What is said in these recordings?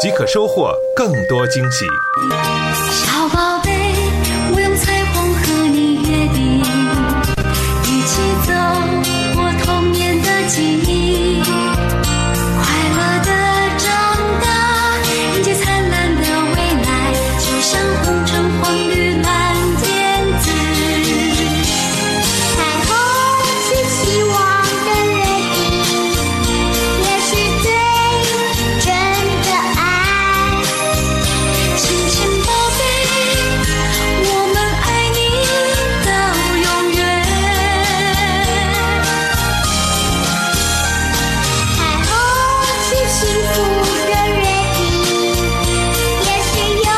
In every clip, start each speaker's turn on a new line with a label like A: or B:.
A: 即可收获更多惊喜。
B: 好宝贝，我用彩虹和你约定，一起走过童年的记忆，快乐的长大，迎接灿烂的未来，就像红橙黄绿蓝靛紫。彩虹是希望的泪滴，也是最真的爱。亲亲宝贝，我们爱你到永远。彩虹是幸福的蕊滴，也是永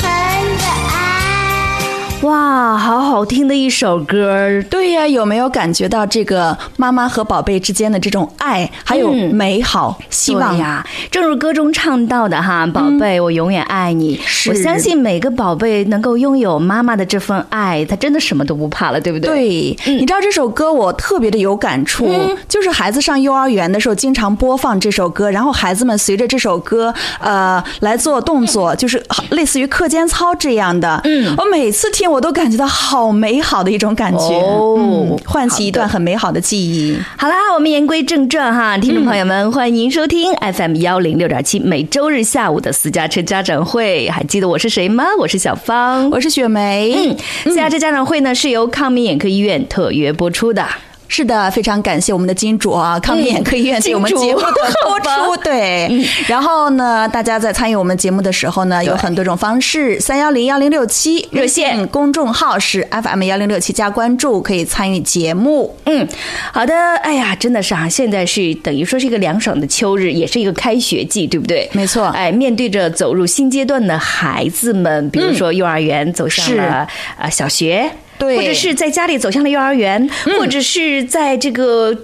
B: 恒的爱。
C: 哇，好好听的一首歌儿，
D: 对呀，有没有感觉到这个妈妈和宝贝之间的这种爱，还有
C: 嗯
D: 美好、希望
C: 对？呀，正如歌中唱到的哈，宝贝，我永远爱你。
D: 是
C: 我相信每个宝贝能够拥有妈妈的这份爱，他真的什么都不怕了，对不对？
D: 对，你知道这首歌我特别的有感触，
C: 嗯
D: 就是孩子上幼儿园的时候经常播放这首歌，然后孩子们随着这首歌呃来做动作，
C: 嗯
D: 就是类似于课间操这样的。嗯，我每次听我都感觉到好美好的一种感觉，
C: 哦
D: 嗯唤起一段很美好的记忆。
C: 好啦，我们言归正传哈，听众朋友们，欢迎您收听 FM 幺零六点七每周日下午的私家车家长会。还记得我是谁吗？我是小芳。嗯
D: 我是雪梅，
C: 私家车家长会呢是由康明眼科医院特约播出的。
D: 是的，非常感谢我们的金主啊，康明眼科医院对我们节目的 播出。对，然后呢，大家在参与我们节目的时候呢，有很多种方式，三幺零幺零六七
C: 热线
D: 公众号是 FM 幺零六七加关注，可以参与节目。
C: 嗯，好的，哎呀，真的是啊，现在是等于说是一个凉爽的秋日，也是一个开学季，对不对？
D: 没错
C: 哎，面对着走入新阶段的孩子们，比如说幼儿园走向
D: 嗯是
C: 了啊小学，
D: 对嗯
C: 或者是在家里走向了幼儿园，或者是在这个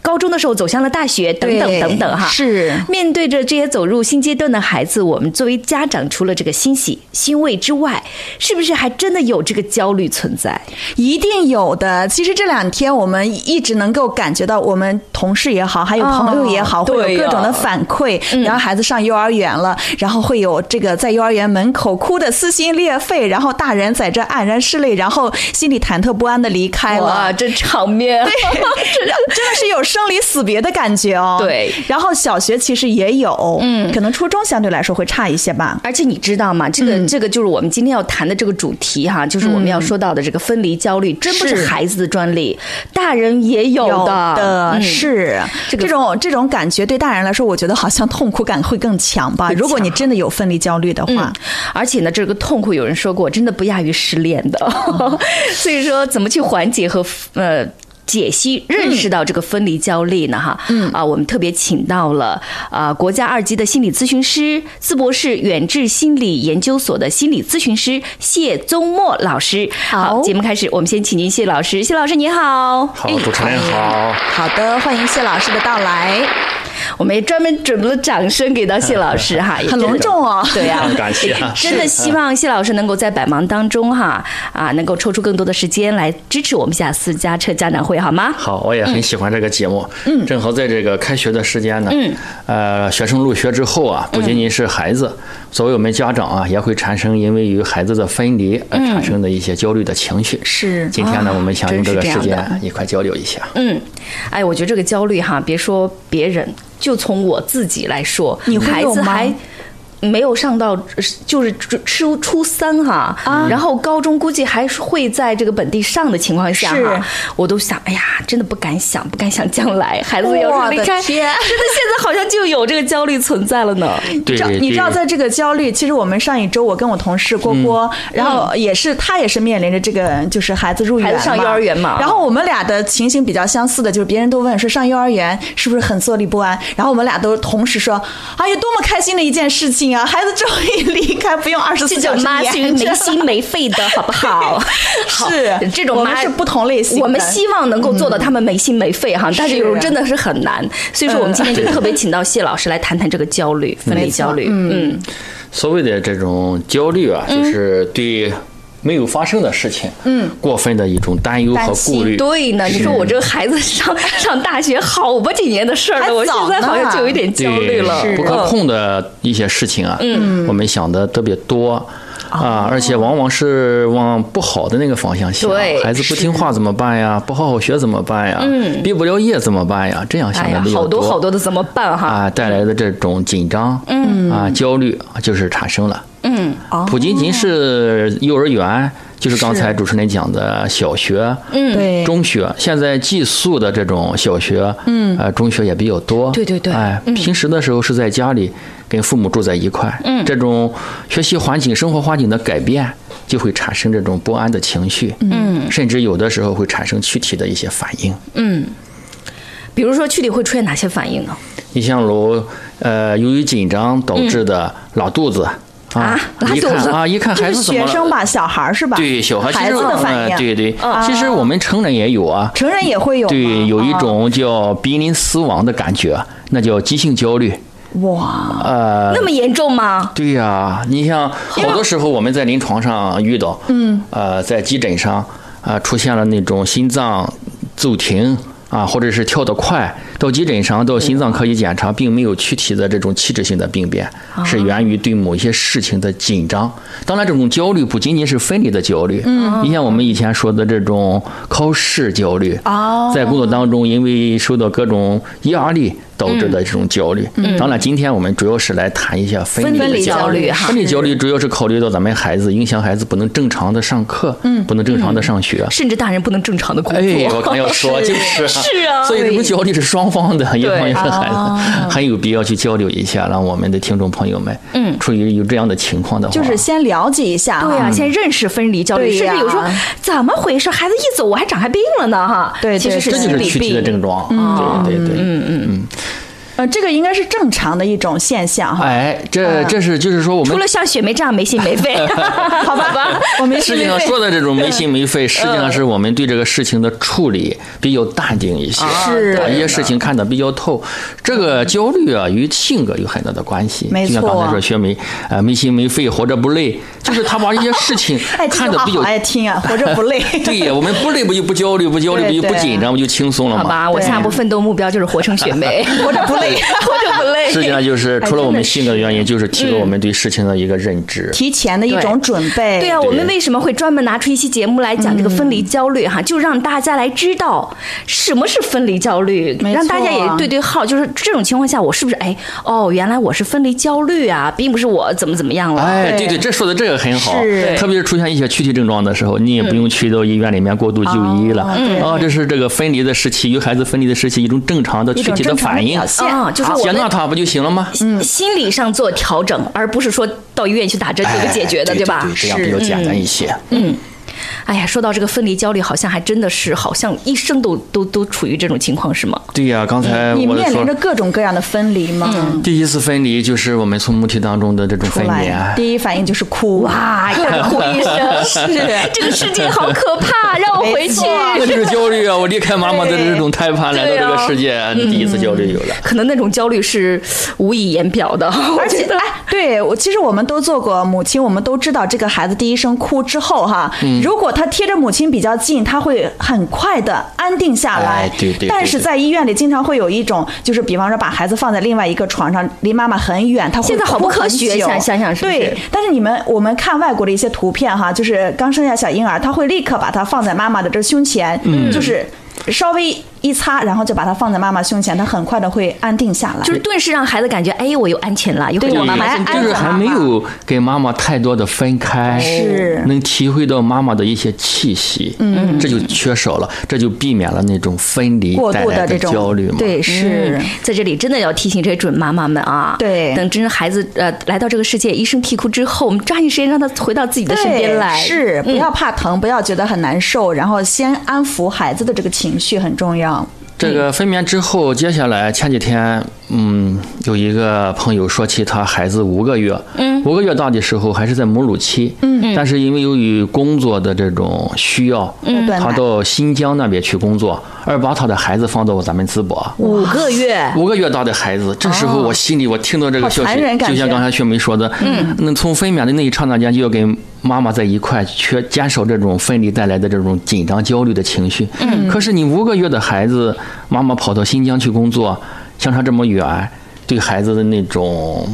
C: 高中的时候走向了大学，等等
D: 对
C: 等等哈。
D: 是
C: 面对着这些走入新阶段的孩子，我们作为家长，除了这个欣喜欣慰之外，是不是还真的有这个焦虑存在？
D: 一定有的。其实这两天我们一直能够感觉到，我们同事也好，还有朋友也好，
C: 哦
D: 会有
C: 对
D: 各
C: 呀嗯
D: 种的反馈。然后孩子上幼儿园了，然后会有这个在幼儿园门口哭的撕心裂肺，然后大人在这黯然拭泪，然后心里忐忑不安的离开了
C: 哇，。这场面，
D: 真的 真的是有生离死别的感觉哦。
C: 对，
D: 然后小学其实也有，嗯，可能初中相对来说会差一些吧。
C: 而且你知道吗？这
D: 嗯
C: 个、这个就是我们今天要谈的这个主题哈，就是我们要说到的这个分离焦虑，真不是
D: 是
C: 孩子的专利，大人也有的。
D: 有的
C: 嗯
D: 是、
C: 这个
D: 这种这种感觉，对大人来说，我觉得好像痛苦感会更强嗯吧。
C: 会强
D: 如果你真的有分离焦虑的话，
C: 而且呢，这个痛苦有人说过，真的不亚于失恋的。
D: 哦
C: 所以说，怎么去缓解和呃？解析认识到这个分离焦虑呢，哈，嗯啊，我们特别请到了啊、国家二级的心理咨询师、淄博市远志心理研究所的心理咨询师谢宗墨老师。
D: 好
C: 节目开始，我们先请您谢老师。谢老师您好，
E: 好，主持人好，
D: 好的，欢迎谢老师的到来，
C: 我们也专门准备了掌声给到谢老师哈，也
D: 很
C: 真
D: 隆
C: 的
D: 重哦。
C: 对呀、
E: 感谢啊
C: 真的希望谢老师能够在百忙当中哈啊，能够抽出更多的时间来支持我们下私家车家长会好吗？
E: 好，我也很喜欢这个节目。嗯，正好在这个开学的时间呢，嗯，呃，学生入学之后啊，不仅仅是孩子，作为我们家长啊，也会产生因为与孩子的分离而产生的一些焦虑的情绪。
D: 嗯是
E: 今天呢，我们想用这个时
C: 真是这样
E: 间一块交流一下。
C: 嗯，哎，我觉得这个焦虑哈，别说别人，就从我自己来说，
D: 你会
C: 孩
D: 有
C: 子
D: 吗
C: 还。没有上到，就是初初三哈、
D: 啊
C: 然后高中估计还是会在这个本地上的情况下哈、我都想，哎呀，真的不敢想，不敢想将来孩子要
D: 我
C: 是离
D: 的
C: 开，真的现
D: 天
C: 在好像就有这个焦虑存在了呢。
E: 对嗯
D: 知道，你知道，在这个焦虑，其实我们上一周我跟我同事郭郭，然后也是他也是面临着这个，就是孩子入园
C: 孩
D: 嘛
C: 子上幼儿园嘛
D: 然后我们俩的情形比较相似的，就是别人都问说上幼儿园是不是很坐立不安，然后我们俩都同时说，哎呀，多么开心的一件事情心啊！孩子终于离开，不用二 十
C: 这
D: 四小
C: 种
D: 时
C: 妈
D: 黏
C: 是
D: 着
C: 没心没肺的，好不 好？好
D: 是
C: 这种
D: 我
C: 妈
D: 们是不同类型的嗯
C: 我们希望能够做到他们没心没肺哈，但是有时候真的是很难。所以说，我们今天就
D: 嗯
C: 特别请到谢老师来谈谈这个焦虑，分离焦虑。嗯，
E: 所谓的这种焦虑啊，就是对没有发生的事情，嗯，过分的一种担忧和
D: 担心
E: 顾虑。
C: 对呢，你说我这个孩子上 上大学好吧几年的事儿
D: 还
C: 了，我现
D: 早
C: 在好像
D: 呢
C: 就有一点焦虑
E: 对
C: 了。
E: 不可
C: 嗯
E: 控的一些事情啊，嗯，我们想的特别多
C: 哦
E: 啊，而且往往是往不好的那个方向想
C: 对，
E: 孩子不听话怎么办呀？不好好学怎么办呀？嗯，毕不了业怎么办呀？这样想
C: 哎
E: 的
C: 呀
E: 比，较
C: 好多好多的怎么办哈？
E: 啊带来的这种紧张，嗯啊焦虑就是产生了。
C: 嗯，
E: 不仅仅是幼儿园，就是刚才主持人讲的小学，嗯
D: 对
E: 中学，现在寄宿的这种小学，嗯，呃，中学也比较多。
C: 对对对
E: 哎，
D: 嗯
E: 平时的时候是在家里跟父母住在一块，嗯，这种学习环境、生活环境的改变，就会产生这种不安的情绪，嗯，甚至有的时候会产生躯体的一些反应。
C: 比如说具体会出现哪些反应啊呢？
E: 你像如呃，由于紧张导致的拉肚子。
D: 嗯
C: 啊拉
E: 一
C: 肚
E: 看
C: 子
E: 啊，一看孩
D: 这
E: 子
D: 是
E: 怎么
D: 学
E: 了
D: 生吧，小孩儿是吧？
E: 对，小孩
D: 孩
E: 其
D: 子
E: 实
D: 的反应，哦
E: 呃对对，其实我们成人也有啊。
D: 成人也会有吗。啊
E: 对，有一种叫濒临死亡的感觉，那叫急性焦虑。
D: 哇，
E: 呃，
C: 那么严重吗？
E: 对呀、你像好多时候我们在临床上遇到，嗯，呃，在急诊上啊、呃出现了那种心脏骤停啊，或者是跳得快，到急诊上到心脏科一检查，并没有躯体的这种器质性的病变，是源于对某些事情的紧张。当然，这种焦虑不仅仅是分离的焦虑，嗯，你像我们以前说的这种考试焦虑
D: 哦
E: 在工作当中因为受到各种压力导致的这种焦虑。当然，今天我们主要是来谈一下分离
C: 分
E: 的
C: 离焦虑哈
E: 分离焦虑主要是考虑到咱们孩子影响孩子不能正常的上课，嗯，不能正常的上学。
C: 甚至大人不能正常的工作。
E: 哎，我刚要说就 是
C: 是啊
E: 所以这种焦虑是双方的，一
C: 对
E: 方也是孩子，很有必要去交流一下，让我们的听众朋友们，嗯，处于有这样的情况的话，
D: 就是先了解一下啊。
C: 对呀、先认识分离焦虑，
D: 对
C: 甚
D: 呀
C: 至有时候怎么回事，孩子一走我还长还病了呢，哈，
D: 对对
C: 其实是
E: 这就
C: 心
E: 是
C: 理
E: 躯体的
C: 病。
E: 症状，对对对，
D: 呃，这个应该是正常的一种现象哈。
E: 哎，这这是就是说我们
C: 除了像雪梅这样没心没肺，好吧，
D: 我 没
E: 事
D: 事
E: 情上
D: 没
E: 说的这种没心没肺，实际上是我们对这个事情的处理比较淡定一些，
D: 是
E: 把一些事情看得比较透。这个焦虑啊，与性格有很大的关系。
D: 没
E: 就像刚
D: 错
E: 才说薛梅，呃，没心没肺，活着不累，就是他把一些 事情
D: 哎，这
E: 看
D: 句
E: 得
D: 话
E: 比较
D: 好。爱听 啊，活着不累。
E: 对呀，我们不累不就不焦虑，不焦虑不
D: 对
E: 就不
D: 对
E: 紧张，不就轻松了
C: 好
E: 吗？
C: 吧，我下一步奋斗目标就是活成雪梅，活着不累，活着不累。
E: 实际上就是除了我们性格的原因，就是提高
D: 嗯
E: 我们对事情的一个认知。
D: 提前的一种准备。
C: 对啊，我们为什么会专门拿出一期节目来讲这个分离焦虑哈？就让大家来知道什么是分离焦虑，
D: 没错啊
C: 让大家也对对号，就是这种情况下我是不是哎哦，原来我是分离焦虑啊，并不是我怎么怎么样了。
E: 哎，对
D: 对
E: 对，这说的这个很好
D: 是，
E: 特别是出现一些躯体症状的时候，你也不用去到医院里面过度就医了。啊，这是这个分离的时期，与孩子分离的时期一种正常的
D: 一
E: 躯
D: 种
E: 体的
D: 正常
E: 反应
D: 表，现。
C: 啊，就是我
E: 接
C: 们嗯
E: 纳它不就行了吗？
C: 心理上做调整，而不是说到医院去打针就
E: 哎
C: 能解决的，
E: 对
C: 吧？嗯
E: 这样比较简单一些。
C: 哎呀，说到这个分离焦虑，好像还真的是，好像一生都都都处于这种情况，是 吗？
E: 对呀，刚才
D: 你
E: 我
D: 面临
E: 说
D: 着各种各样的分离吗？
E: 第一次分离就是我们从母体当中的这种
D: 出
E: 分离啊
D: 来，。第一反应就是哭 啊，
C: 哇，大哭哎一声， 是这个世界好可怕，让我回
D: 没
C: 去
D: 错。
E: 那就是焦虑啊！我离开妈妈的这种胎盘来到
C: 对
E: 这
C: 啊
E: 个世界，这第一次焦虑有了。
C: 可能那种焦虑是无以言表的，
D: 而且，哎， 对我其实我们都做过母亲，我们都知道这个孩子第一声哭之后哈，
C: 嗯
D: 如果他贴着母亲比较近，他会很快的安定下来。
E: 哎对对对
D: 但是在医院里，经常会有一种，就是比方说把孩子放在另外一个床上，离妈妈很远，他会
C: 现在好不
D: 哭很
C: 科学
D: 久
C: 想想想是不是
D: 对，但是你们我们看外国的一些图片哈，就是刚生下小婴儿，他会立刻把他放在妈妈的这胸前，
C: 嗯
D: 就是稍微一擦，然后就把他放在妈妈胸前，他很快的会安定下来。
C: 就是顿时让孩子感觉，哎，我又安全了，又回
D: 对
C: 到
D: 我
C: 妈妈
D: 还
C: 身边
D: 安
E: 就是
D: 抚
E: 还
D: 妈
E: 没
D: 妈哦
E: 有给妈妈太多的分开，
D: 是
E: 能体会到妈妈的一些气息，嗯，这就缺少了，这就避免了那种分离
D: 过
E: 带
D: 度
E: 来
D: 的这种
E: 焦虑嘛。
D: 对，是。
C: 嗯在这里真的要提醒这些准妈妈们啊，
D: 对
C: 等真孩子呃来到这个世界一声啼哭之后，我们抓紧时间让他回到自己的身边
D: 对
C: 来，嗯
D: 是不要怕疼，不要觉得很难受，然后先安抚孩子的这个情绪很重要。
E: 这个分娩之后，接下来前几天嗯，有一个朋友说起他孩子五个月，嗯，五个月大的时候还是在母乳期，嗯，但是因为由于工作的这种需要，嗯
D: 短
E: 他
D: 板
E: 到新疆那边去工作，而把他的孩子放到咱们淄博，
C: 五个月，
E: 五个月大的孩子，这时候我心里我听到这个消
D: 好
E: 息
D: 残忍，感觉
E: 就像刚才雪梅说的，嗯，那从分娩的那一刹那间就要跟妈妈在一块，缺减少这种分离带来的这种紧张、焦虑的情绪。嗯，可是你五个月的孩子，妈妈跑到新疆去工作，相差这么远，对孩子的那种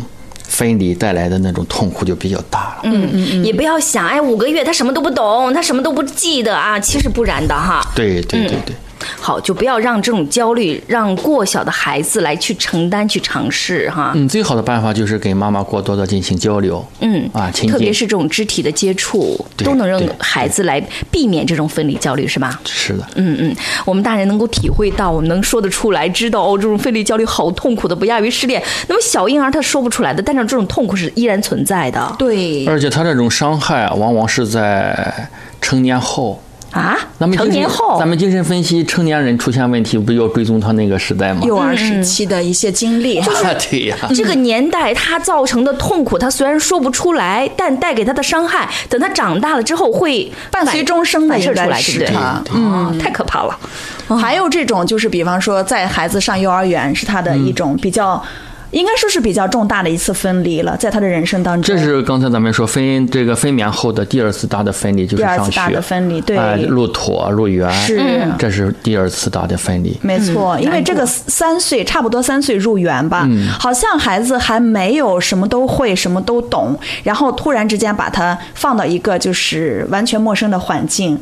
E: 分离带来的那种痛苦就比较大了。嗯，
C: 也不要想，哎，五个月他什么都不懂，他什么都不记得啊，其实不然的哈。
E: 对对对对。
C: 好，就不要让这种焦虑让过小的孩子来去承担、去尝试哈。
E: 嗯，最好的办法就是给妈妈过多的进行交流。
C: 嗯
E: 啊，亲近，
C: 特别是这种肢体的接触，
E: 对
C: 都能让
E: 对
C: 孩子来避免这种分离焦虑，是吧？
E: 是的，
C: 嗯嗯，我们大人能够体会到，我们能说得出来，知道哦，这种分离焦虑好痛苦的，不亚于失恋。那么小婴儿他说不出来的，但是这种痛苦是依然存在的
D: 对，
E: 而且他这种伤害啊往往是在成年后。
C: 啊。
E: 咱们
C: 成
E: 精神
C: 年后
E: 咱，们精神分析成年人出现问题，不要追踪他那个时代吗？
D: 幼儿时期的一些经
C: 嗯
D: 历，
E: 啊，对呀、
C: 这个年代他造成的痛苦，他虽然说不出来，但带给他的伤害，等他长大了之后会
D: 伴随终生的
C: 反射
D: 应
C: 出
D: 该
C: 来，对不
D: 是
C: 对？
D: 他。
C: 嗯，太可怕了。哦
D: 还有这种就是，比方说在孩子上幼儿园是他的一种比较，应该说是比较重大的一次分离了，在他的人生当中。
E: 这是刚才咱们说分这个分娩后的第二次大的分离，就是
D: 第二
E: 上学
D: 次大的分离，对，
E: 哎入妥入园，
D: 是嗯
E: 这是第二次大的分离。
D: 没
C: 嗯
D: 错，因为这个三岁差不多三岁入园吧，好像孩子还没有什么都会、什么都懂，然后突然之间把他放到一个就是完全陌生的环境，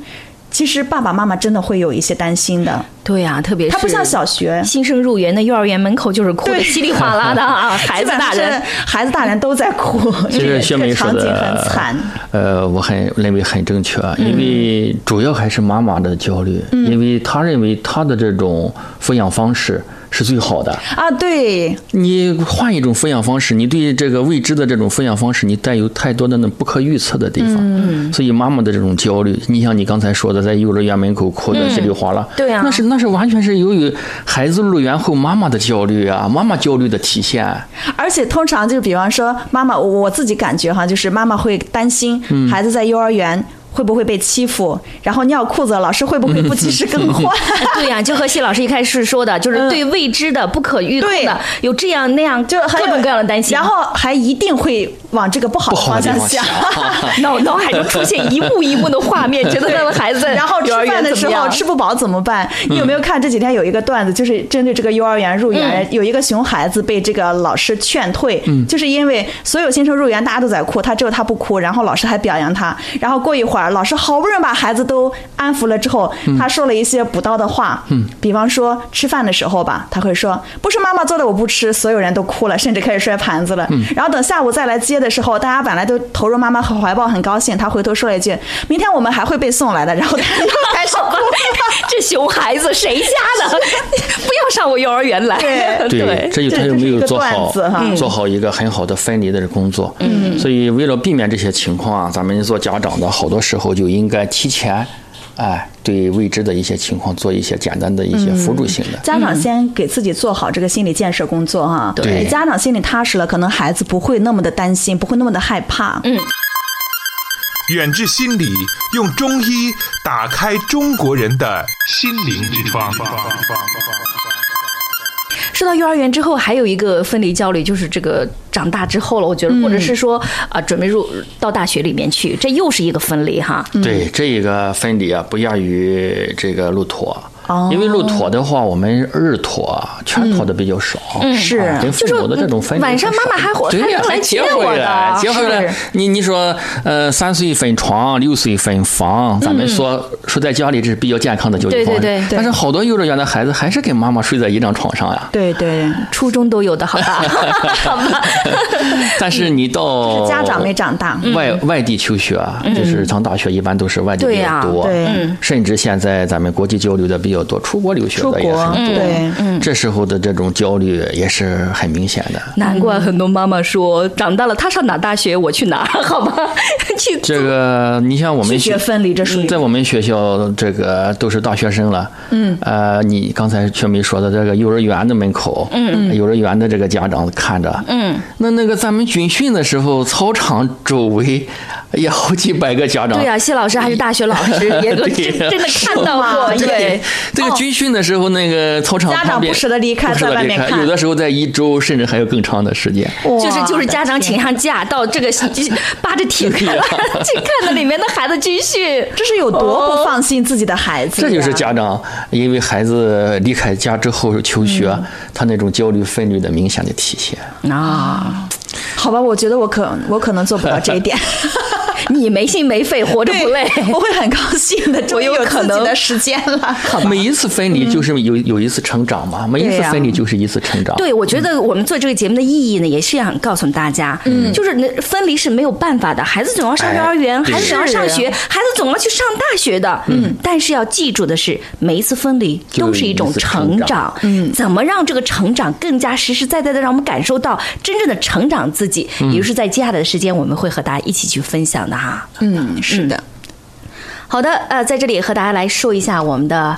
D: 其实爸爸妈妈真的会有一些担心的。
C: 对呀、特别是
D: 他不像小学，
C: 新生入园的幼儿园门口就是哭的
D: 对
C: 稀里哗啦的 啊，孩子大
D: 基
C: 人
D: 本上是孩子大人都在 哭，
E: 其
D: 这
E: 实
D: 个
E: 薛梅说
D: 场景
E: 的
D: 很惨。，嗯
E: 呃，我很认为很正确，啊因为主要还是妈妈的焦虑，因为她认为她的这种抚养方式是最好的，
D: 啊，对，
E: 你换一种抚养方式，你对这个未知的这种抚养方式，你带有太多的那不可预测的地方，
D: 嗯
E: 所以妈妈的这种焦虑，你像你刚才说的，在幼儿园门口哭的稀里哗
D: 嗯
E: 啦，
C: 对啊
E: 那是那是完全是由于孩子入园后妈妈的焦虑啊，妈妈焦虑的体现，
D: 而且通常就是，比方说妈妈，我我自己感觉哈，就是妈妈会担心
C: 嗯
D: 孩子在幼儿园。会不会被欺负？然后尿裤子，老师会不会不及时 更换？
C: 对呀、就和谢老师一开始说的，就是对未知的、不可预控的
D: 对，
C: 有这样那样
D: 就很
C: 各
D: 有
C: 种各样的担心，
D: 然后还一定会往这个不好
E: 不
D: 的
E: 好的
D: 方
E: 地
D: 向
E: 方
D: 想。
C: 脑脑海中出现一幕一幕的画面，觉得他的孩 子在
D: 然后吃
C: 幼儿
D: 饭
C: 园
D: 的
C: 怎
D: 时
C: 么
D: 候
C: 样？
D: 吃不饱怎么办？你有没有看这几天有一个段子，就是针对这个幼儿园入园，有一个熊孩子被这个老师劝退，就是因为所有新生入园大家都在哭，他只有他不哭，然后老师还表扬他，然后过一会儿老师好不容易把孩子都安抚了之后，他说了一些补刀的话，比方说吃饭的时候吧，他会说不是妈妈做的我不吃，所有人都哭了，甚至开始摔盘子了，然后等下午再来接的时候，大家本来都投入妈妈怀抱很高兴，他回头说了一句明天我们还会被送来的，然后他 又开 始哭了。
C: 这熊孩子谁家的？ 不要上我幼儿园来！
E: 对，这就他
D: 这
E: 有没
D: 是一
E: 有
D: 个
E: 做
D: 段
E: 好
D: 子哈嗯
E: 做好一个很好的分离的工作。嗯，所以为了避免这些情况啊，咱们做家长的好多时候就应该提前，哎，对未知的一些情况做一些简单的一些辅助性的。
D: 家长先给自己做好这个心理建设工作哈，
E: 对
D: 家长心里踏实了，可能孩子不会那么的担心，不会那么的害怕。
A: 远志心理用中医打开中国人的心灵之窗。
C: 说到幼儿园之后，还有一个分离焦虑，就是这个长大之后了，我觉得，或者是说啊，准备入到大学里面去，这又是一个分离哈。
E: 对这一个分离啊，不亚于这个路妥，
D: 哦
E: 因为路妥的话，我们日妥啊、全妥的比较少，
C: 嗯
D: 是
E: 啊跟父母的这种分离
C: 晚上
E: 很少
C: 妈妈还活
E: 对呀
C: 还能来
E: 还接
C: 接我
E: 回
C: 的
E: 来，接回来
C: 是。
E: 你你说，呃，三岁分床，六岁分房，咱们说说在家里这是比较健康的教
C: 嗯
E: 育
C: 对
E: 方式，
C: 对对
E: 但是好多幼儿园的孩子还是跟 妈妈睡在一张床上呀。
D: 对对，
C: 初中都有的，好吧？好吧。
E: 但是你到
D: 家长没长大，
E: 外外地求学啊，就是上大学一般都是外地比
C: 对
E: 较
C: 呀
E: 多，
D: 对
E: 甚至现在咱们国际交流的比较多，出国嗯留学
D: 出
E: 的也
D: 国嗯
E: 很多，
D: 对，
E: 这时候的这种焦虑也是很明显的。
C: 难怪很多妈妈说，长大了她上哪大学，我去哪儿，好吧？ 去
E: 这个，你像我们
D: 学分离这属于
E: 在我们学校，这个都是大学生了。嗯，呃，你刚才雪梅说的这个幼儿园的门口，嗯，幼儿园的这个家长看着，嗯，那那个咱们军训的时候，操场周围也好几百个家长。
C: 对呀，谢老师还是大学老师，也都
E: 啊对
C: 真
E: 呀
C: 真的看到过，对
E: 对，，这个军训的时候，那个操场
D: 哦家长
E: 旁边
D: 不舍得离开
E: 不舍得
D: 在外
E: 离
D: 面
E: 开
D: 看
E: 有的时候在一周，甚至还有更长的时间。
C: 就是
D: 哇
C: 就是家长请上假到这个扒着铁看了去看了里面的孩子军训，
D: 这是有多不放心自己的孩子呀，
E: 这就是家长因为孩子离开家之后求学，啊
D: 嗯
E: 他那种焦虑、愤怒的明显的体现。
C: 啊，
D: 好吧？我觉得我可我可能做不到这一点，
C: 你没心没肺，活着不累。
D: 我会很高兴的，终于有自己
C: 可能
D: 的时间了。
E: 每一次分离就是有、有一次成长嘛，每一次
D: 对呀
E: 分离就是一次成长。
C: 对，我觉得我们做这个节目的意义呢，也是想告诉大家，嗯，就是那分离是没有办法的，孩子总要上幼儿园，
E: 哎对
C: 孩子总要上学，孩子总要去上大学的，啊嗯。但是要记住的是，每一次分离都是一种成长，嗯。怎么让这个成长更加实实在在的让我们感受到真正的成长自己？也就是在接下来的时间，我们会和大家一起去分享的哈。
D: 嗯，是的，
C: 好的，呃，在这里和大家来说一下我们的。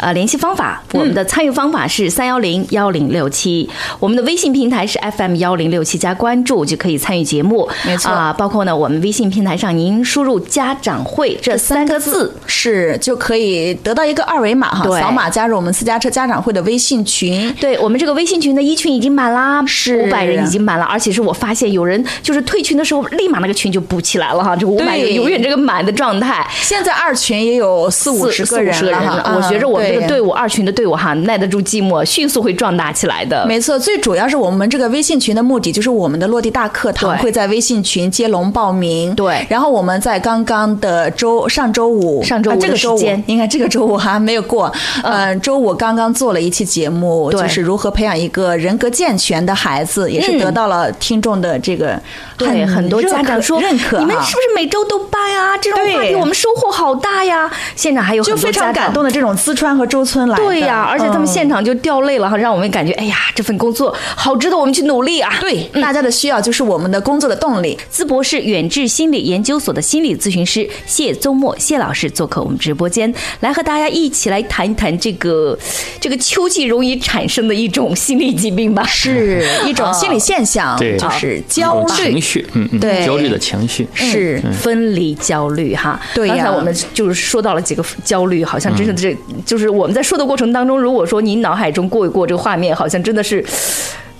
C: 呃，联系方法，我们的参与方法是三幺零幺零六七，我们的微信平台是 FM 幺零六七加关注就可以参与节目，
D: 没错
C: 啊、包括呢，我们微信平台上您输入“家长会”这三个字，
D: 是就可以得到一个二维码哈，
C: 对
D: 扫码加入我们私家车家长会的微信群。
C: 对我们这个微信群的一群已经满啦，
D: 是
C: 五百人已经满了，而且是我发现有人就是退群的时候，立马那个群就补起来了哈，这五百
D: 对
C: 人永远这个满的状态，
D: 现在二群也有四五十
C: 四
D: 个人
C: 四五十
D: 了哈，啊
C: 了我觉着我们这个队
D: 伍。
C: 伍二群的队伍哈，耐得住寂寞，迅速会壮大起来的。
D: 没错，最主要是我们这个微信群的目的就是我们的落地大课堂
C: 对
D: 会在微信群接龙报名。
C: 对
D: 然后我们在刚刚的周上周五，
C: 上周五
D: 啊
C: 的
D: 这个周五
C: 时间，嗯
D: 应该这个周五还没有过。呃，周五刚刚做了一期节目，
C: 对嗯
D: 就是如何培养一个人格健全的孩子，也是得到了听众的这个
C: 对，很多
D: 认
C: 家长
D: 可
C: 说，
D: 认可
C: 你们
D: 哈
C: 是不是每周都办啊？这种话题
D: 对
C: 我们收获好大呀！现场还有很
D: 就
C: 多
D: 非
C: 家
D: 常
C: 长
D: 感动。的这种淄川和周村来的。
C: 对呀、而且他们
D: 嗯
C: 现场就掉泪了哈，让我们感觉，哎呀，这份工作好值得我们去努力啊！
D: 对大家的需要就是我们的工作的动力。
C: 淄博市远志心理研究所的心理咨询师谢宗墨谢老师做客我们直播间，来和大家一起来谈一谈这个这个秋季容易产生的一种心理疾病吧。
D: 是一
C: 啊
D: 种心理现象，
E: 对
D: 就是
E: 一
D: 焦
E: 种情
D: 虑，
E: 绪，嗯嗯，
D: 对
E: 焦虑的情绪。
D: 是
C: 分离焦虑哈，
D: 嗯对呀
C: 刚才我们就是说到了几个焦虑，好像真的这、就是我们在说的过程当中，如果说您脑海中过一过这个画面，好像真的是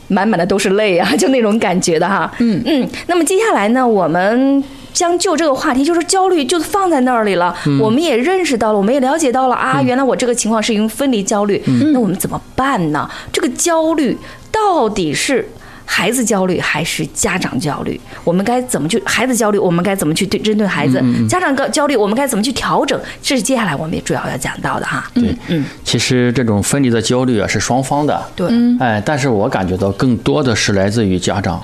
C: 满满的都是泪啊， 就那种感觉的哈。嗯嗯，那么接下来呢，我们。将就这个话题，就是焦虑，就放在那里了。我们也认识到了，我们也了解到了啊，原来我这个情况是因为分离焦虑。那我们怎么办呢？这个焦虑到底是孩子焦虑还是家长焦虑？我们该怎么去？孩子焦虑，我们该怎么去对针对孩子？家长焦虑，我们该怎么去调整？这是接下来我们也主要要讲到的哈。
E: 对，嗯，其实这种分离的焦虑啊是双方的，
C: 对，
E: 哎，但是我感觉到更多的是来自于家长，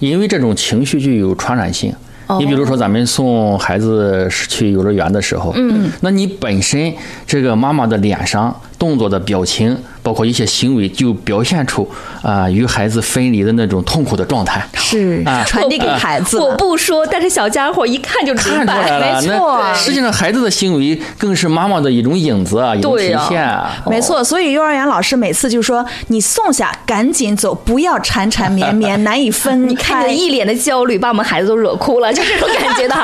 E: 因为这种情绪具有传染性。你比如说，咱们送孩子去幼儿园的时候，嗯，那你本身这个妈妈的脸上动作的表情，包括一些行为，就表现出啊、与孩子分离的那种痛苦的状态。
D: 是
E: 啊
D: 传递给孩子了。
C: 我不说，但是小家伙一看就
E: 看
C: 明
E: 出来
C: 白，
E: 了，
C: 没错。
E: 那实际上孩子的行为更是妈妈的一种影子啊，一种
C: 对
E: 体
C: 呀
E: 现啊。
D: 没错，所以幼儿园老师每次就说：“你送下，赶紧走，不要缠缠绵 绵，难以分开。”
C: 你看你的一脸的焦虑，把我们孩子都惹哭了，就这种感 觉的。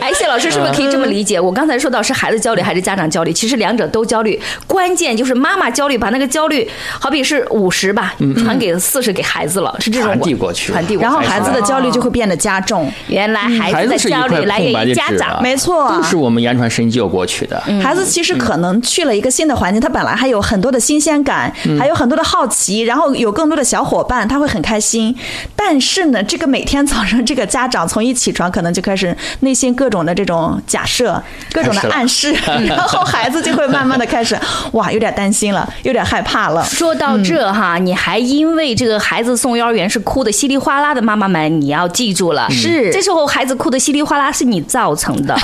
C: 哎，谢老师是不是可以这么理解？我刚才说到是孩子焦虑还是家长焦虑，其实两者都焦虑，关键就是妈妈焦虑，把那个焦虑，好比是五十吧，传给四十给孩子了，是这种
E: 嗯传递过去
C: 传递过去。哦
D: 然后孩
E: 啊
D: 子的焦虑就嗯会变得加重。
C: 原来孩
E: 孩
C: 子的
E: 子是一
C: 焦
E: 块
C: 虑来源
E: 空白
C: 于
E: 的
C: 哎家
E: 纸
C: 长
E: 啊，，
D: 没错
E: 都是我们言传身教过去的。
D: 孩子其实可能去了一个新的环境，他本来还有很多的新鲜感，还有很多的好奇，然后有更多的小伙伴，他会很开心。但是呢，这个每天早上，这个家长从一起床，可能就开始内心各 种的这种假设，各种的暗示，然后孩子就会慢慢的开始，哇，有点担心了，有点害怕了。
C: 说到这哈，你还因为这个孩子送幼儿园是哭的稀里哗啦的，妈妈们你要记住
E: 嗯
C: 了，
D: 是
C: 这时候孩子哭的稀里哗啦是你造成 的，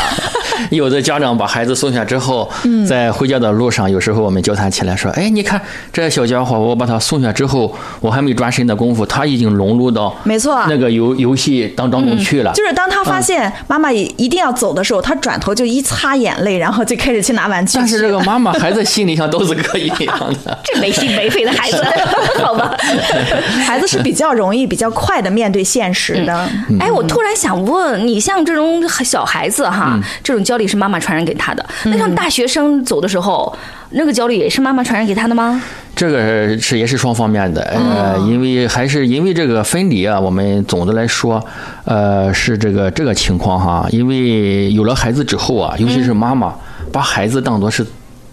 E: 有的家长把孩子送下之后，在回家的路上，有时候我们交谈起来说：“哎，你看这小家伙，我把他送下之后，我还没转身的功夫，他已经融入到
D: 没错嗯
E: 那个游游戏当当中去了。
D: 就是当他发现妈妈一一定要走的时候，他转头就一擦眼泪，然后就开始去拿玩具去。
E: 但是这个妈妈、孩子心里像都是可以一样的。
C: 这没心没肺的孩子，
E: 啊
C: 好吧？
D: 孩子是比较容易、比较快的面对现实的。
E: 嗯
C: 哎，我突然想问你，像这种小孩子哈，
E: 嗯
C: 这种焦虑是妈妈传染给他的，那像大学生走的时候，那个焦虑也是妈妈传染给他的吗？
E: 这个是也是双方面的，
D: 嗯
E: 呃，因为还是因为这个分离啊，我们总的来说，呃，是这个这个情况哈，因为有了孩子之后
D: 嗯
E: 啊，尤其是妈妈把孩子当做是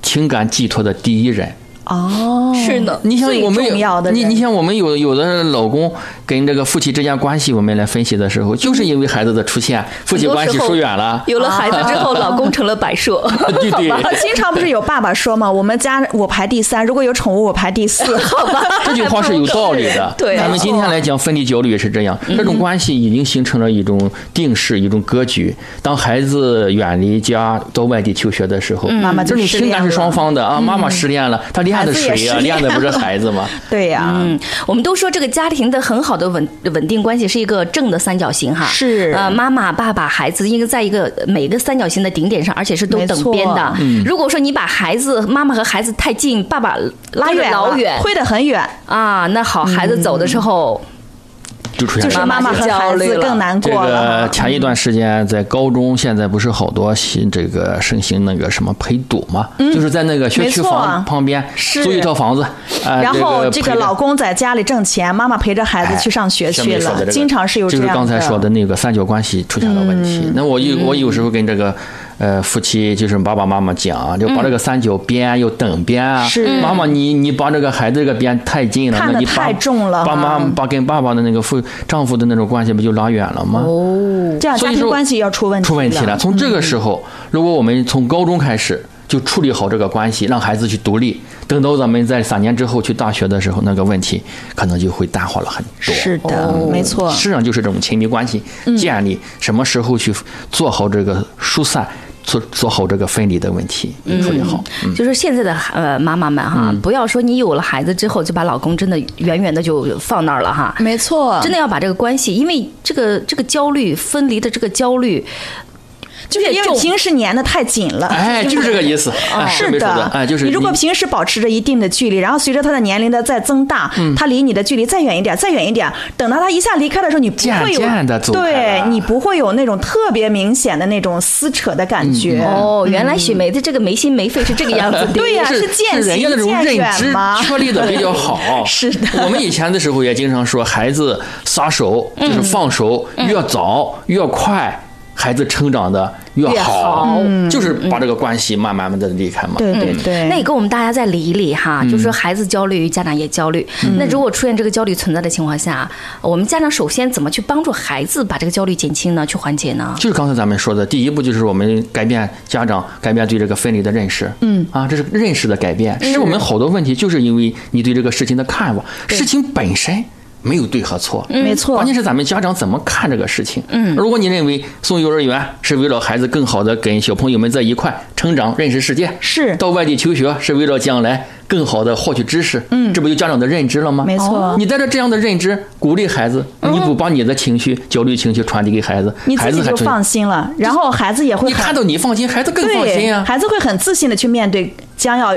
E: 情感寄托的第一人，
D: 哦，
C: 是的，
E: 你像
D: 最
E: 我们有
D: 重要的
E: 你
D: 人
E: 你像我们有有的老公跟这个夫妻之间关系，我们来分析的时候，就是因为孩子的出现，夫妻关系疏远了。
C: 有了孩子之 后，老公成了摆设。
E: 对 对，
D: 呃经常不是有爸爸说嘛，我们家我排第三，如果有宠物我排第四，好吧？
E: 这句话是有道理的。
C: 对
E: 咱们今天来讲分离焦虑也是这样，
D: 嗯
E: 这种关系已经形成了一种定势，一种格局。当孩子远离家到外地求学的时候，
D: 嗯妈妈就
E: 这种
D: 失
E: 情感
D: 恋了嗯
E: 是双方的啊，妈妈失恋了，她恋爱的
D: 孩子
E: 谁
D: 也
E: 呀？
D: 失恋
E: 恋爱的不是孩子 吗？
D: 对呀、
C: 嗯，我们都说这个家庭的很好的稳稳定关系是一个正的三角形哈，
D: 是
C: 呃，妈妈、爸爸、孩子应该在一个每个三角形的顶点上，而且是都
D: 没错
C: 等边的。如果说你把孩子、妈妈和孩子太近，爸爸
D: 拉
C: 拉
D: 远
C: 远
D: 了
C: 老远
D: 推得很远，
C: 啊，那好，孩子走的时候，
E: 就出现
D: 就是
E: 了。
D: 妈妈
C: 就
D: 和
C: 焦
D: 孩
C: 虑
D: 子
C: 了
D: 更难
E: 这
D: 过了啊
E: 个
D: 哈。
E: 前一段时间在高中，现在不是好多新这个盛行那个什么陪读嘛，就是在那个学区
D: 嗯没错
E: 房旁边
D: 是
E: 租一套房子，啊，
D: 嗯然后这个
E: 陪着哎
D: 老公在家里挣钱，妈妈陪着孩子去上学
E: 上
D: 去
E: 面说
D: 了，
E: 的这个
D: 经常是有这
E: 就是
D: 样嗯
E: 刚才说的那个三角关系出现了问题。那我有我有时候跟这个呃夫妻，就是爸爸妈妈讲，啊就把这个三角边又等边啊，
D: 嗯是
E: 妈妈你你把这个孩子这个边太近了，
D: 看
E: 那
D: 得
E: 你把
D: 太重了
E: 把妈把跟爸爸的那个夫丈夫的那种关系不就拉远了吗？
D: 哦这样
E: 所
D: 家
E: 以
D: 庭
E: 说
D: 关系要出问题，
E: 出问题了。。从这
D: 嗯
E: 个时候，如果我们从高中开始就处理好这个关系，让孩子去独立，等到咱们在三年之后去大学的时候，那个问题可能就会淡化了很多。
D: 是的，没错。
E: 实际上就是这种亲密关系
D: 嗯
E: 建立，什么时候去做好这个疏散，做做好这个分离的问题，
D: 嗯
E: 处理好。
C: 嗯就是现在的呃妈妈们哈，不要说你有了孩子之后就把老公真的远远的就放那儿了哈，
D: 没错，
C: 真的要把这个关系，因为这个这个焦虑分离的这个焦虑，
D: 就是因为平时粘的太紧了。
E: 哎，就是这个 意思。哎
D: 是
E: 没
D: 的
E: 说，哎，就是
D: 你如果平时保持着一定的距离，然后随着他的年龄的再增大，
E: 嗯
D: 他离你的距离再远一点，再远一点，等到他一下离开的时候，你不会有
E: 渐渐地走开
D: 对
E: 了
D: 你不会有那种特别明显的那种撕扯的感觉。
E: 嗯
C: 哦，原来雪梅的这个没心没肺是这个 样子的，
D: 对呀、
E: 是
D: 渐
E: 是人
D: 行
E: 家那种
D: 渐
E: 认
D: 远
E: 知
D: 吗？
E: 确立的比较好。
D: 是的
E: 我们以前的时候也经常说，孩子撒手就是放手，越早越快，孩子成长的越
C: 越好
E: 好，
D: 嗯
E: 就是把这个关系慢慢的离开嘛。
D: 对对
E: 嗯
D: 对，
C: 那也跟我们大家再理一理哈，就是说孩子焦虑，家长也焦虑。那如果出现这个焦虑存在的情况下，我们家长首先怎么去帮助孩子把这个焦虑减轻呢？去缓解呢？
E: 就是刚才咱们说的，第一步就是我们改变家长改变对这个分离的认识，嗯啊，这是认识的改变。其实我们好多问题就是因为你对这个事情的看法，事情本身没有对和错，
D: 没嗯错
E: 嗯关键是咱们家长怎么看这个事情。嗯，如果你认为送幼儿园是为了孩子更好的跟小朋友们在一块成长、认识世界，
D: 是
E: 到外地求学是为了将来更好的获取知识，嗯，这不就家长的认知了吗？
D: 没错嗯
E: 哦你带着这样的认知鼓励孩子，你不把你的情绪、焦虑情绪传递给孩子，
D: 你
E: 孩
D: 自
E: 子
D: 己
E: 还
D: 就
E: 成
D: 放心了，然后孩子也会
E: 你看
D: 很
E: 到你放心，孩子更
D: 对，
E: 放心啊。
D: 孩子会很自信的去面对将要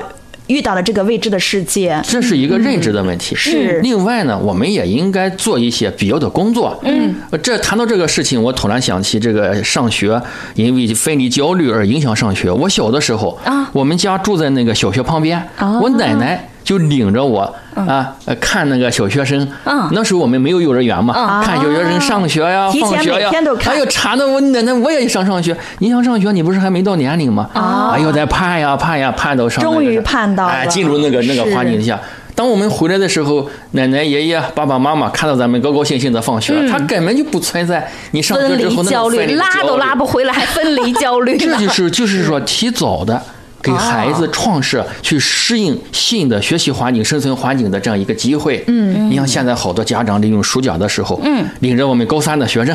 D: 遇到的这个未知的世界。
E: 这是一个认知的问题。
D: 是
E: 另外呢，我们也应该做一些必要的工作。嗯，这谈到这个事情，我突然想起这个上学，因为分离焦虑而影响上学。我小的时候
C: 啊
E: 我们家住在那个小学旁边，
D: 啊
E: 我奶奶。就领着我啊，呃看那个小学生，
D: 啊
E: 那时候我们没有幼儿园嘛，看小学生上学呀、
D: 提前
E: 放学呀
D: 每天都，看
E: 哎呦，馋的我奶奶我也想上学。你想上学，你不是还没到年龄吗？哎呦，再盼呀盼呀盼到上那个
D: 啊终于
E: 啥
D: 盼到
E: 哎，
D: 了
E: 进入那个那个环境下。当我们回来的时候，奶奶、爷爷、爸爸妈妈看到咱们高高兴兴的放学，他根本就不存在你上学
C: 分
E: 之
C: 离
E: 后那
C: 嗯焦
E: 种分
C: 虑，
E: 离
C: 拉都拉不回来，还分离焦虑
E: 这
C: 呢
E: 就。是就是说提早的给孩子创设去适应新的学习环境、生存环境的这样一个机会。嗯，你像现在好多家长利用暑假的时候，嗯，领着我们高三的学生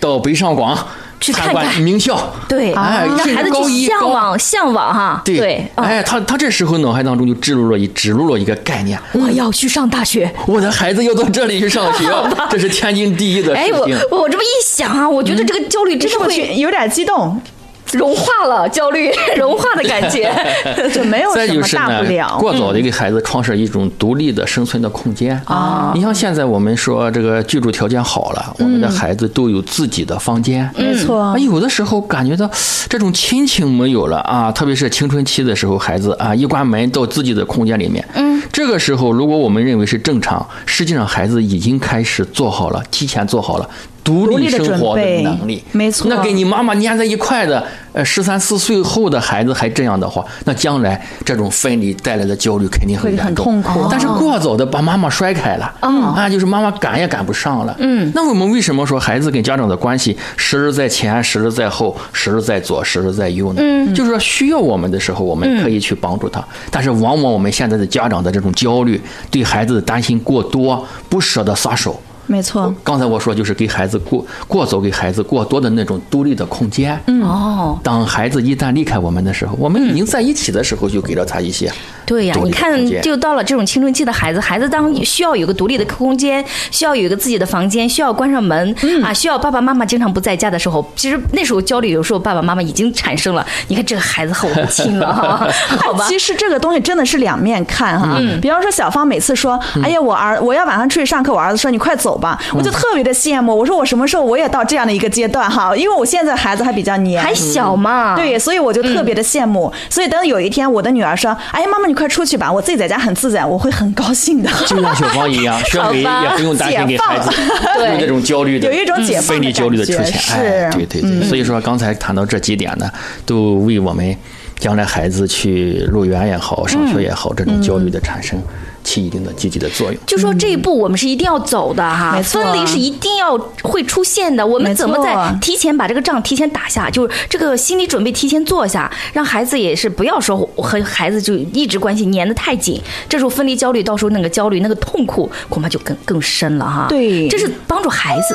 E: 到北上广
C: 去
E: 参
C: 看
E: 观
C: 看
E: 名校，
C: 对，啊
E: 哎，
C: 让
E: 甚
C: 孩
E: 至
C: 子
E: 高
C: 去
E: 一
C: 向
E: 高
C: 往向往哈，
E: 对，
C: 嗯
E: 哎，他他这时候脑海当中就植入了一植入了一个概念，
C: 我要去上大学。
E: 我的孩子要到这里去上学，这是天经地义的
C: 哎，
E: 事
C: 我
E: 情。
C: 我这么一想啊，我觉得这个焦虑真是
D: 我
C: 会
D: 去有点激动，
C: 融化了，焦虑 融化的感 觉。
D: 就没有
E: 再
D: 什
E: 就
D: 么
E: 是
D: 大
E: 呢
D: 不了，。
E: 过早的给孩子创设一种独立的生存的空间
D: 嗯
E: 啊。你像现在我们说这个居住条件好了，我们的孩子都有自己的房间，
D: 嗯没错
E: 啊，，有的时候感觉到这种亲情没有了啊，特别是青春期的时候，孩子啊一关门到自己的空间里面，嗯，这个时候如果我们认为是正常，实际上孩子已经开始做好了，提前做好了。独
D: 独
E: 立
D: 立的
E: 生
D: 准
E: 活的
D: 备
E: 能力，
D: 没错
E: 那跟你妈妈粘在一块的，呃，十三四岁后的孩子还这样的话，那将来这种分离带来的焦虑肯定很
D: 会
E: 严
D: 很
E: 重，
D: 痛苦嗯
E: 但是过早的把妈妈摔开了，啊，就是妈妈赶也赶不上了。嗯，那我们为什么说孩子跟家长的关系时而在前，时而在后，时而在左，时而在右呢？嗯，就是说需要我们的时候，我们可以去帮
D: 嗯
E: 助他，但是往往我们现在的家长的这种焦虑，对孩子的担心过多，不舍得撒手。
D: 没错，
E: 刚才我说，就是给孩子过过早给孩子过多的那种独立的空间。嗯，
C: 哦，
E: 当孩子一旦离开我们的时候，我们已经在一起的时候，就给了他一些
D: 嗯
C: 对呀、
E: 独立
C: 你
E: 的空
C: 看
E: 间，
C: 就到了这种青春期的孩子，孩子当需要有个独立的空间，需要有一个自己的房间，需要关上门、啊，需要爸爸妈妈经常不在家的时候，其实那时候焦虑，有时候爸爸妈妈已经产生了。你看这个孩子好无亲了哈，好吧？嗯
D: 其实这个东西真的是两面看哈。比方说，小芳每次说：“哎呀，我儿我要晚上出去上课。”我儿子说：“你快走吧。”
C: 嗯
D: 我就特别的羡慕，我说我什么时候我也到这样的一个阶段哈？因为我现在孩子还比较黏，
C: 还小嘛，
D: 对，所以我就特别的羡慕。
C: 嗯
D: 所以等有一天我的女儿说：“哎呀，妈妈你快出去吧，我自己在家很自在。”我会很高 兴的。
E: 就像小芳 一样，学给也不用担心给孩子
C: 对
E: 有那种焦虑的，
D: 有一种解放的
E: 分离焦虑的出
D: 感觉
E: 现。哎，
D: 是嗯
E: 对对对，所以说刚才谈到这几点呢，都为我们将来孩子去入园也好，上
D: 嗯
E: 学也好，这种焦虑的产生起一定的积极的作用。
C: 就说这一步我们是一定要走的哈，
D: 嗯没错
C: 分离是一定要会出现的。我们
D: 没
C: 怎么
D: 错
C: 在提前把这个仗提前打下？就是这个心理准备提前做下，让孩子也是不要说和孩子就一直关系粘得太紧，这时候分离焦虑，到时候那个焦虑那个痛苦恐怕就更更深了哈。
D: 对
C: 这是帮助孩子。